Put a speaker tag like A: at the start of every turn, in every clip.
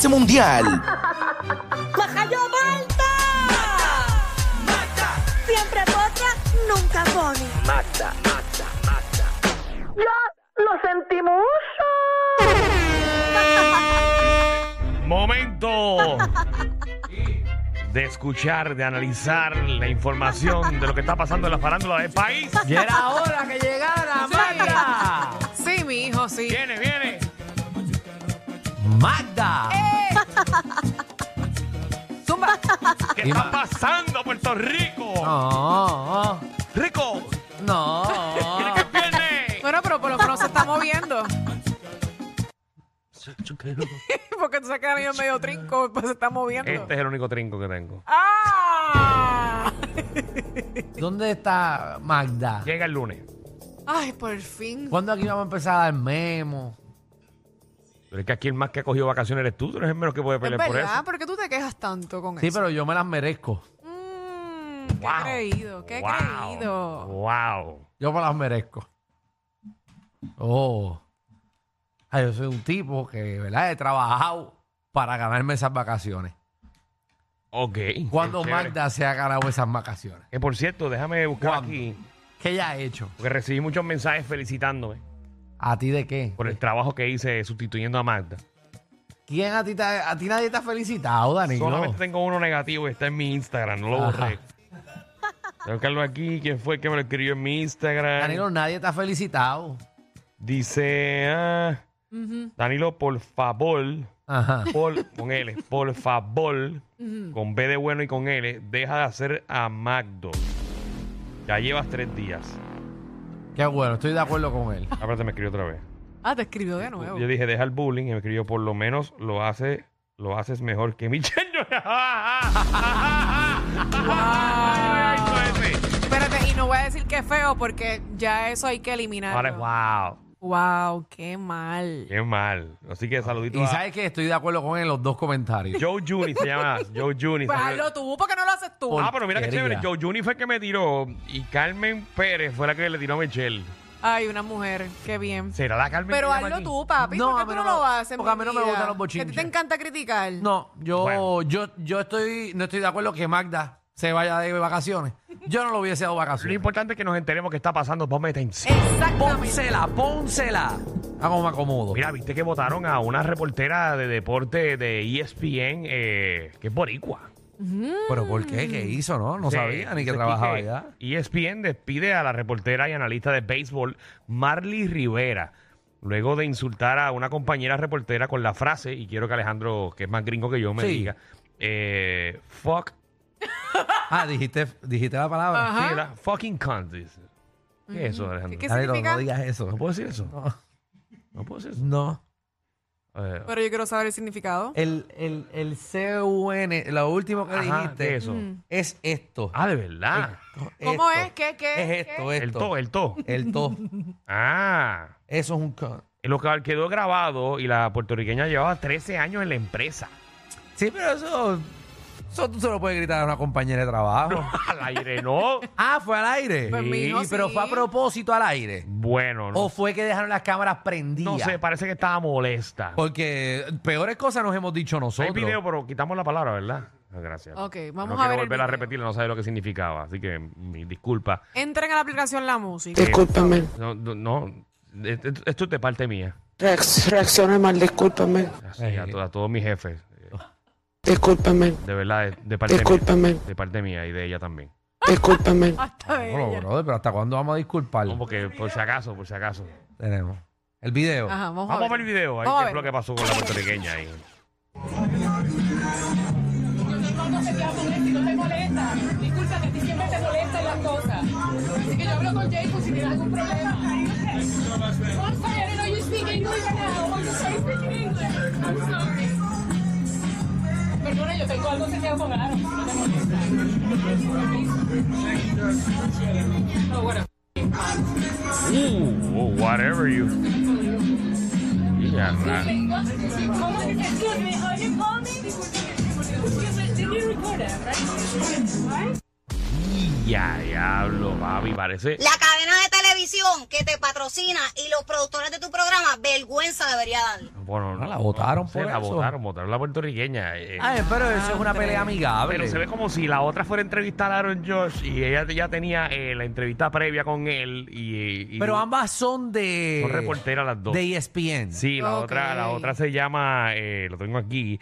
A: Ese mundial.
B: ¡Majayo Malta! Siempre potra, nunca pone.
C: Momento de escuchar, de analizar la información de lo que está pasando en la farándula del país.
D: Y era hora que llegara Magda.
E: Sí, mi hijo, sí.
C: Viene, viene.
D: Magda.
E: Zumba.
C: ¿Qué
D: Y
C: está
D: ma-
C: pasando, Puerto Rico?
D: No,
C: Rico.
D: no.
C: Viene.
E: Bueno, pero por lo menos se está moviendo. Porque tú se queda medio, medio trinco, pues se está moviendo.
C: Este es el único trinco que tengo.
E: ¡Ah!
D: ¿Dónde está Magda?
C: Llega el lunes.
E: Ay, por fin.
D: ¿Cuándo aquí vamos a empezar a dar memo?
C: Pero es que aquí el más que ha cogido vacaciones eres tú. Tú eres el menos que puede
E: Es
C: pelear por
E: verdad,
C: eso.
E: ¿por qué tú te quejas tanto con
D: Sí,
E: eso?
D: pero yo me las merezco.
E: Mm, qué
C: Wow.
E: creído, qué creído.
C: Wow.
D: Yo me las merezco. Oh. Ay, yo soy un tipo que, ¿verdad? He trabajado para ganarme esas vacaciones.
C: Ok.
D: ¿Cuándo
C: Chévere.
D: Magda se ha ganado esas vacaciones?
C: Que por cierto, déjame buscar
D: ¿Cuándo?
C: aquí.
D: ¿Qué ella ha hecho?
C: Porque recibí muchos mensajes felicitándome
D: ¿A ti de qué?
C: por el trabajo que hice sustituyendo a Magda.
D: ¿Quién a ti, te- a ti nadie te ha felicitado, Danilo?
C: Solamente tengo uno negativo y está en mi Instagram, no lo
D: Ajá.
C: borré. Tengo que buscarlo aquí, ¿quién fue el que me lo escribió en mi Instagram?
D: Danilo, nadie te ha felicitado.
C: Dice, ah,
E: Ujú,
C: Danilo, por favor,
D: Ajá.
C: por, con L, por favor,
E: ujú.
C: con B de bueno y con L, deja de hacer a Magdo. Ya llevas tres días.
D: Qué bueno, estoy de acuerdo con él.
C: Ah, Espérate, me escribió otra vez.
E: Ah, te escribió de nuevo.
C: Yo dije, deja el bullying y me escribió, por lo menos lo hace, lo haces mejor que Michelle.
E: Wow. Ah. Espérate, y no voy a decir que es feo porque ya eso hay que
C: Ahora,
E: eliminarlo.
C: wow.
E: Wow, qué mal.
C: Qué mal. Así
E: Ah,
C: que saludito
D: Y
C: a
D: sabes que estoy de acuerdo con él en los dos comentarios.
C: Joe Juni se llama. Joe Juni.
E: Pues
C: Salió-
E: hazlo tú, porque no lo haces tú?
D: Por-
C: Ah, pero mira que
D: porquería.
C: chévere. Joe Juni fue el que me tiró y Carmen Pérez fue la que le tiró a Michelle.
E: Ay, una mujer, qué bien.
C: ¿Será la Carmen?
E: Pero
C: que llama
E: hazlo
C: aquí?
E: tú, papi.
D: No,
E: ¿Por
D: a
E: qué
D: mí
E: tú
D: no
E: no,
D: me-
E: lo haces?
D: porque a
E: mi
D: mí no me
E: vida?
D: gustan los
E: Que a ti
D: bochinches.
E: te encanta criticar.
D: No, yo,
C: Bueno.
D: yo, yo estoy, no estoy de acuerdo que Magda se vaya de vacaciones. Yo no lo hubiese dado
C: Lo
D: vacaciones.
C: importante es que nos enteremos que está pasando. Ponme atención.
E: Exactamente.
D: Pónsela, pónsela. Ah, como me
E: Eh.
D: acomodo.
C: Mira, viste que votaron a una reportera de deporte de E ESPN eh, que es boricua.
D: Pero ¿por qué? ¿Qué hizo? No, no
C: Sí,
D: sabía ni
C: dice
D: que
C: E
D: trabajaba
C: aquí que
D: allá.
C: ESPN despide a la reportera y analista de béisbol Marley Rivera luego de insultar a una compañera reportera con la frase, y quiero que Alejandro, que es más gringo que yo, me
D: Sí.
C: diga, eh, fuck,
D: Ah, dijiste, dijiste la palabra.
E: Ajá.
C: sí, la- fucking cunt. dice. ¿Qué es eso, Alejandro?
E: ¿Qué
D: Danilo,
E: significa?
D: no digas eso.
C: ¿No puedo decir eso?
D: No.
C: No puedo decir eso.
D: no.
C: Eh,
E: Pero yo quiero saber el significado.
D: El, el, el CUN, lo último que
C: Ajá, ¿qué
D: dijiste
C: es eso?
D: es esto.
C: Ah, de verdad.
E: ¿Cómo
D: Esto.
E: es? ¿Qué, qué,
D: Es esto,
C: El
D: esto.
C: to, el to.
D: El to.
C: Ah.
D: Eso es un con.
C: Lo que quedó grabado y la puertorriqueña llevaba 13 años en la empresa.
D: Sí, pero eso. Eso tú se lo puedes gritar a una compañera de trabajo.
C: Al aire, ¿no?
D: ah, fue al aire.
E: Pues,
D: Sí,
E: mijo,
D: pero
E: sí.
D: fue a propósito al aire.
C: Bueno, no
D: O fue que dejaron las cámaras prendidas.
C: No sé, parece que estaba molesta.
D: Porque peores cosas nos hemos dicho
C: Hay
D: nosotros.
C: video, pero quitamos la palabra, ¿verdad? Ah, Gracias.
E: Ok, vamos
C: no
E: a
C: quiero
E: ver el
C: volver a
E: video.
C: repetirlo, no sabía lo que significaba, así que mi disculpa.
E: Entren a la aplicación La Música.
F: Discúlpame,
C: No, no, no, esto esto es de parte mía.
F: reacc- reaccioné mal, discúlpame,
C: Así,
D: Eh.
C: a, to- a todos mis jefes. eh,
F: discúlpame,
C: De verdad, de, de parte
F: discúlpame,
C: mía. De parte mía y de ella también.
F: discúlpame.
E: Hasta
D: Bueno,
E: ella.
D: brother, pero ¿hasta cuándo vamos a disculparlo?
C: No, porque por si acaso, por si acaso.
D: Tenemos. El video.
E: Ajá, vamos,
C: Vamos a ver el video, ahí
E: Vamos a
C: qué es
E: ver.
C: lo que pasó con la puertorriqueña ahí.
G: no se queda con esto y no te molesta. Disculpa, que a ti siempre te molestan las cosas. Así que yo hablo con Jacob si tienes algún problema. I'm sorry, I don't know you speak English now. Oh, you say speaking English. I'm sorry. Perdona, yo tengo algo que te hago raro. No te molesta. No, bueno.
C: Uh, oh, whatever you. Ya, ra-
G: Excuse me, are you calling me? Excuse me, did you record it, right? Right?
C: ya, diablo, papi, parece.
H: La cadena de
A: televisión que te patrocina y los productores de tu programa, vergüenza debería darle.
C: Bueno,
D: No, Ah, la votaron
C: sé,
D: por
C: La
D: eso.
C: votaron, votaron la puertorriqueña. eh,
D: Ay, pero eso es una pelea amigable.
C: Pero se ve como si la otra fuera a entrevistar a Aaron Josh y ella ya tenía eh, la entrevista previa con él y, y-
D: Pero ambas son de.
C: Son reporteras las dos.
D: De E ESPN.
C: Sí, la
E: Ok.
C: otra, la otra se llama, eh, lo tengo aquí,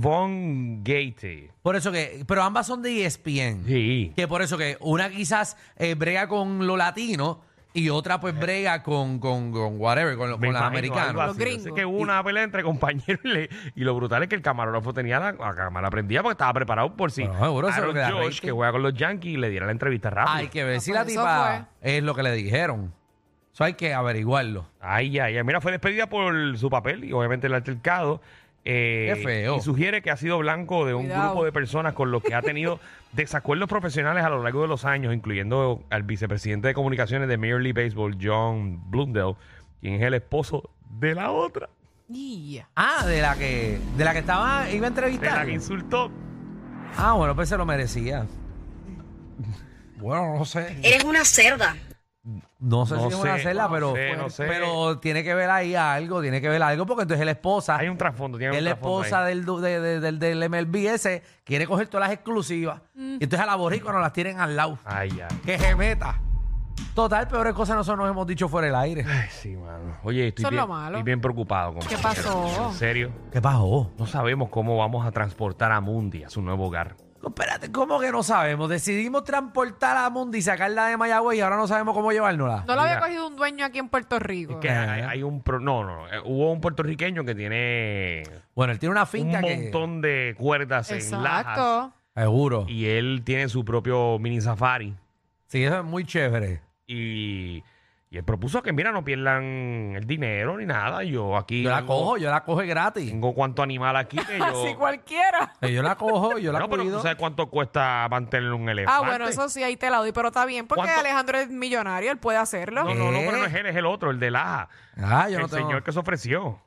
C: Yvonne Gate.
D: Por eso que. Pero ambas son de E ESPN.
C: Sí.
D: Que por eso que una quizás eh, brega con lo latino y otra pues brega con, con, con whatever, con, lo-
C: Eh. Me
D: con los
C: imagino, algo
D: americanos.
E: Los
C: así. Yo Sé
E: gringos.
C: que hubo una pelea entre compañeros y, le- y lo brutal es que el camarógrafo tenía la, la cámara prendida porque estaba preparado por si
D: Bueno, seguro, eso es lo que da
C: Aaron Josh,
D: rating.
C: que juega con los Yankees, le diera la entrevista rápido.
D: Hay que ver
E: No,
D: si
E: pues
D: la
E: eso
D: tipa es lo que le dijeron. Eso hay que averiguarlo.
C: Ay, ay, ay. Mira, fue despedida por su papel y obviamente el altercado. eh,
D: Qué feo.
C: Y sugiere que ha sido blanco de un
E: Cuidado.
C: grupo de personas con los que ha tenido desacuerdos profesionales a lo largo de los años, incluyendo al vicepresidente de comunicaciones de Major League Baseball, John Blundell, quien es el esposo de la otra,
E: Ya.
D: Ah, de la que de la que estaba iba a
C: de la
D: entrevistar.
C: que insultó.
D: Ah, bueno, pues se lo merecía. Bueno, no sé.
A: Eres una cerda.
D: No sé
C: No
D: si es una
C: sé,
D: celda,
C: no
D: pero,
C: sé, no sé.
D: pero tiene que ver ahí algo, tiene que ver algo, porque entonces la esposa,
C: Hay un trasfondo, tiene
D: es
C: un
D: la
C: trasfondo
D: esposa
C: ahí.
D: del, du- de- de- del, del MLBS, quiere coger todas las exclusivas.
E: Mm.
D: Y entonces a la boricua nos las tienen al lado.
C: Ay, ay.
D: ¡Que se meta! Total, peores cosas nosotros nos hemos dicho fuera del aire.
C: Ay, sí, mano. Oye, estoy,
E: Eso es
C: bien,
E: lo malo.
C: estoy bien preocupado.
E: ¿Qué
C: compañero.
E: pasó?
C: En serio,
D: ¿Qué pasó?
C: no sabemos cómo vamos a transportar a Mundi a su nuevo hogar.
D: No, espérate, ¿cómo que no sabemos? Decidimos transportar a Mundi y sacarla de Mayagüez y ahora no sabemos cómo llevárnosla.
E: No lo había
C: Mira.
E: cogido un dueño aquí en Puerto Rico.
C: Que hay, hay un pro- no, no, eh, hubo un puertorriqueño que tiene
D: Bueno, él tiene una
C: un
D: finca que...
C: montón de cuerdas en lajas
E: Exacto.
D: Seguro.
C: y él tiene su propio mini safari
D: Sí, eso es muy chévere.
C: y, y él propuso que mira no pierdan el dinero ni nada, yo aquí
D: Yo la
C: tengo-
D: cojo, yo la cojo gratis.
C: tengo cuánto animal aquí que yo
E: Así cualquiera.
D: Eh, Yo la cojo, yo la
C: no, pero tú
D: cuido.
C: sabes cuánto cuesta mantener un elefante.
E: Ah, bueno, eso sí, ahí te la doy, pero está bien porque
C: ¿Cuánto?
E: Alejandro es millonario, él puede hacerlo.
C: No, no, no,
D: ¿Eh?
C: pero no es él, es el otro, el de Laja.
D: Ah, yo
C: el
D: no tengo...
C: señor que se ofreció.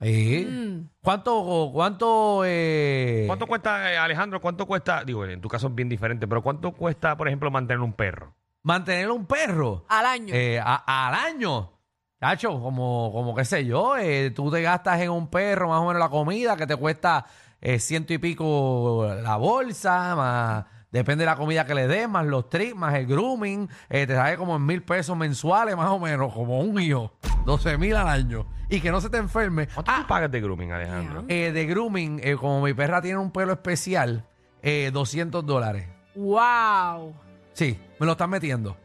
D: Sí.
E: Mm.
D: ¿Cuánto, cuánto, eh...
C: ¿Cuánto cuesta, eh, Alejandro? ¿Cuánto cuesta? Digo, en tu caso es bien diferente, pero ¿cuánto cuesta, por ejemplo, mantener un perro?
D: mantener un perro
E: Al año.
D: eh, a- al año. Chacho, como, como qué sé yo, eh, tú te gastas en un perro más o menos la comida que te cuesta eh, ciento y pico la bolsa, más depende de la comida que le des, más los trips, más el grooming, eh, te sale como en mil pesos mensuales más o menos, como un hijo, 12 mil al año. Y que no se te enferme.
C: ¿Cuánto
E: Ah.
C: tú pagas de grooming, Alejandro?
D: Eh, de grooming, eh, como mi perra tiene un pelo especial, eh, 200 dólares.
E: Wow.
D: Sí, me lo están metiendo.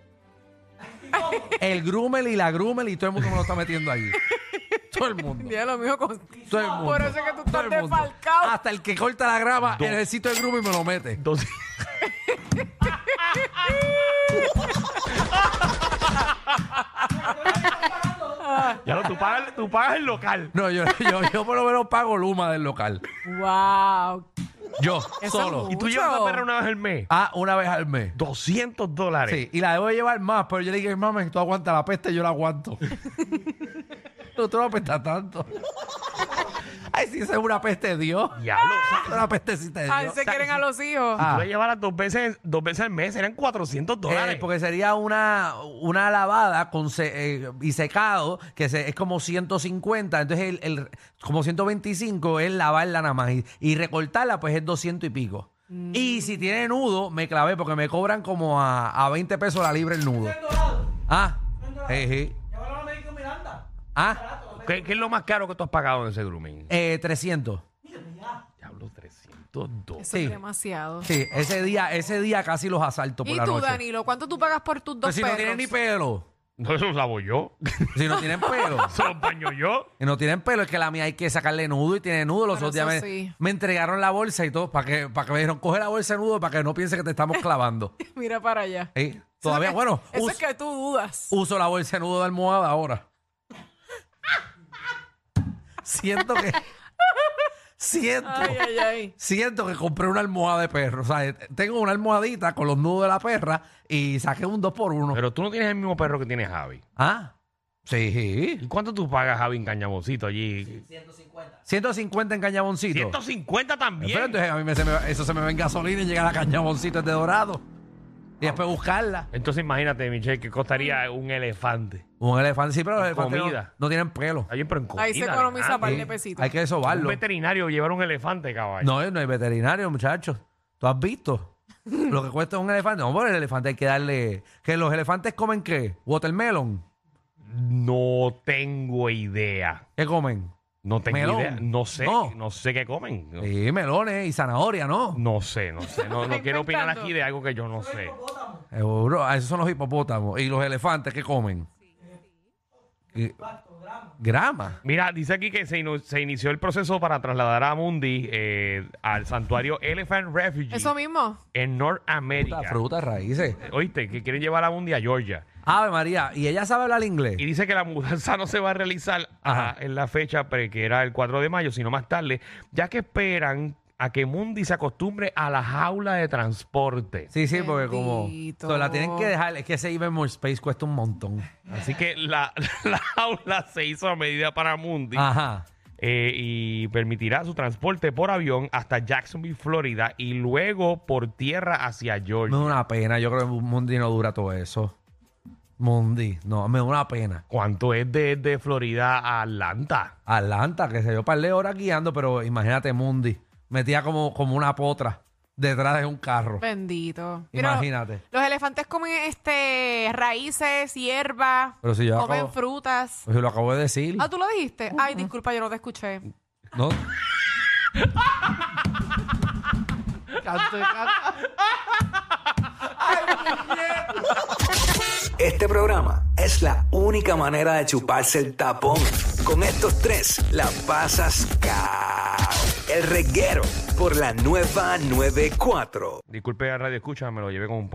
D: El grumel y la grumel y todo el mundo me lo está metiendo ahí. Todo el mundo.
E: Día lo mismo con
D: Todo el mundo.
E: Por eso es que tú
D: Todo
E: estás
D: el mundo. Ah.
E: desfalcado.
D: Hasta el que corta la grama,
C: Dos.
D: necesito el grumel y me lo mete.
C: Entonces- ya lo, tú pagas, tú pagas el local.
D: No, yo, yo, yo por lo menos pago Luma del local.
E: Wow.
D: Yo,
E: es
D: solo.
E: mucho.
C: Y tú llevas una perra una vez al mes.
D: Ah, una vez al mes.
C: 200 dólares.
D: Sí, y la debo llevar más, pero yo le dije, mami, tú aguantas la peste, yo la aguanto. no, tú no apestas tanto. Ay, sí, esa es una peste de Dios.
C: Diablo.
E: Ah.
C: o sea,
D: Esa es Una pestecita de Dios.
E: Ay, se quieren a los hijos.
D: Ah.
C: Tú la llevaras dos veces, dos veces al mes, eran 400 dólares.
D: Eh, porque sería una, una lavada con se- eh, y secado, que se- es como 150, entonces el, el- como 125 es lavarla nada más y, y recortarla pues es 200 y pico.
E: Mm.
D: Y si tiene nudo, me clavé porque me cobran como a, a 20 pesos la libra el nudo. Ah, sí, sí. Ah,
C: ¿Qué, qué es lo más caro que tú has pagado en ese grooming?
D: eh, 300.
C: Diablo, 300 dólares.
E: Eso
D: sí.
E: es demasiado.
D: Sí, ese día, ese día casi los asalto por
E: ¿Y
D: la
E: tú,
D: noche.
E: Danilo? ¿Cuánto tú pagas por tus
D: Pero
E: dos
D: si no
E: perros?
D: tienen ni pelo,
C: No, eso lo lavo yo.
D: si no tienen pelo.
C: Se lo paño yo.
D: Y no tienen pelo, es que la mía hay que sacarle nudo y tiene nudo. Los
E: Pero
D: otros días me,
E: eso sí.
D: me entregaron la bolsa y todo para que, para que me dijeron, coge la bolsa de nudo para que no piense que te estamos clavando.
E: Mira para allá.
D: ¿Sí?
E: Eso
D: Todavía,
E: que-
D: bueno,
E: Eso
D: us-
E: es que tú dudas.
D: uso la bolsa de nudo de almohada ahora. siento que. siento.
E: Ay, ay, ay.
D: Siento que compré una almohada de perro. O sea, tengo una almohadita con los nudos de la perra y saqué un 2 por 1
C: Pero tú no tienes el mismo perro que tiene Javi.
D: ¿Ah?
C: ¿Y
D: Sí.
C: cuánto tú pagas, Javi, en Cañabocito allí?
D: 150 en cañaboncito.
C: 150 también.
D: Pero entonces a mí me- se me va- eso se me ve en gasolina y llega a la cañaboncita de dorado. Y después buscarla.
C: Entonces imagínate, Michelle, que costaría un elefante.
D: Un elefante, sí, pero los elefantes no-
C: Comida.
D: No, tienen pelo.
C: Está bien, pero en comida,
E: Ahí se economiza
C: Alejandro.
E: par
D: Sí,
E: de pesitos.
D: Hay que
C: Un
D: sobarlo.
C: veterinario llevar un elefante, caballo.
D: No, no hay veterinario, muchachos. ¿Tú has visto? Lo que cuesta un elefante. No, pero el elefante hay que darle. ¿Que los elefantes comen qué? ¿Watermelon?
C: No tengo idea.
D: ¿Qué comen?
C: No tengo
D: Melón.
C: idea. No sé,
D: No.
C: no, sé qué comen. No,
D: Sí, melones y zanahoria, ¿no?
C: no sé, no sé. No, no quiero opinar
E: Inventando.
C: aquí de algo que yo no sé.
D: Seguro. Ah, esos son los hipopótamos. ¿Y los elefantes qué comen? Y- grama.
C: Mira, dice aquí que se, inu- se inició el proceso para trasladar a Mundi eh, al santuario Elephant Refugee
E: Eso mismo.
C: en
D: Fruta,
C: Norteamérica.
D: fruta, raíces.
C: Oíste, que quieren llevar a Mundi a Georgia.
D: Ave María, ¿y ella sabe hablar inglés?
C: Y dice que la mudanza no se va a realizar
D: Ajá.
C: ajá, en la fecha pre- que era el 4 de mayo, sino más tarde, ya que esperan a que Mundi se acostumbre a la jaula de transporte.
D: Sí, sí, porque como...
E: Bendito.
D: so, la tienen que dejar. Es que ese More Space cuesta un montón.
C: Así que la, la jaula se hizo a medida para Mundi
D: Ajá.
C: eh, y permitirá su transporte por avión hasta Jacksonville, Florida, y luego por tierra hacia
D: Me da
C: Georgia.
D: una pena. Yo creo que Mundi no dura todo eso. Mundi, no, me da una pena.
C: ¿Cuánto es desde Florida a Atlanta?
D: Atlanta, que se yo par de horas guiando, pero imagínate Mundi. Metía como, como una potra detrás de un carro.
E: Bendito.
D: Imagínate.
E: Los elefantes comen este raíces, hierbas,
D: Pero si yo
E: comen
D: acabo-
E: frutas.
D: Pues yo lo acabo de decir.
E: Ah, ¿tú lo dijiste? Ay, disculpa, yo no te escuché.
D: No,
H: Este programa es la única manera de chuparse el tapón. Con estos tres la pasas cao. El reguero por la nueva 94.
C: Disculpe a Radio Escucha, me lo llevé con un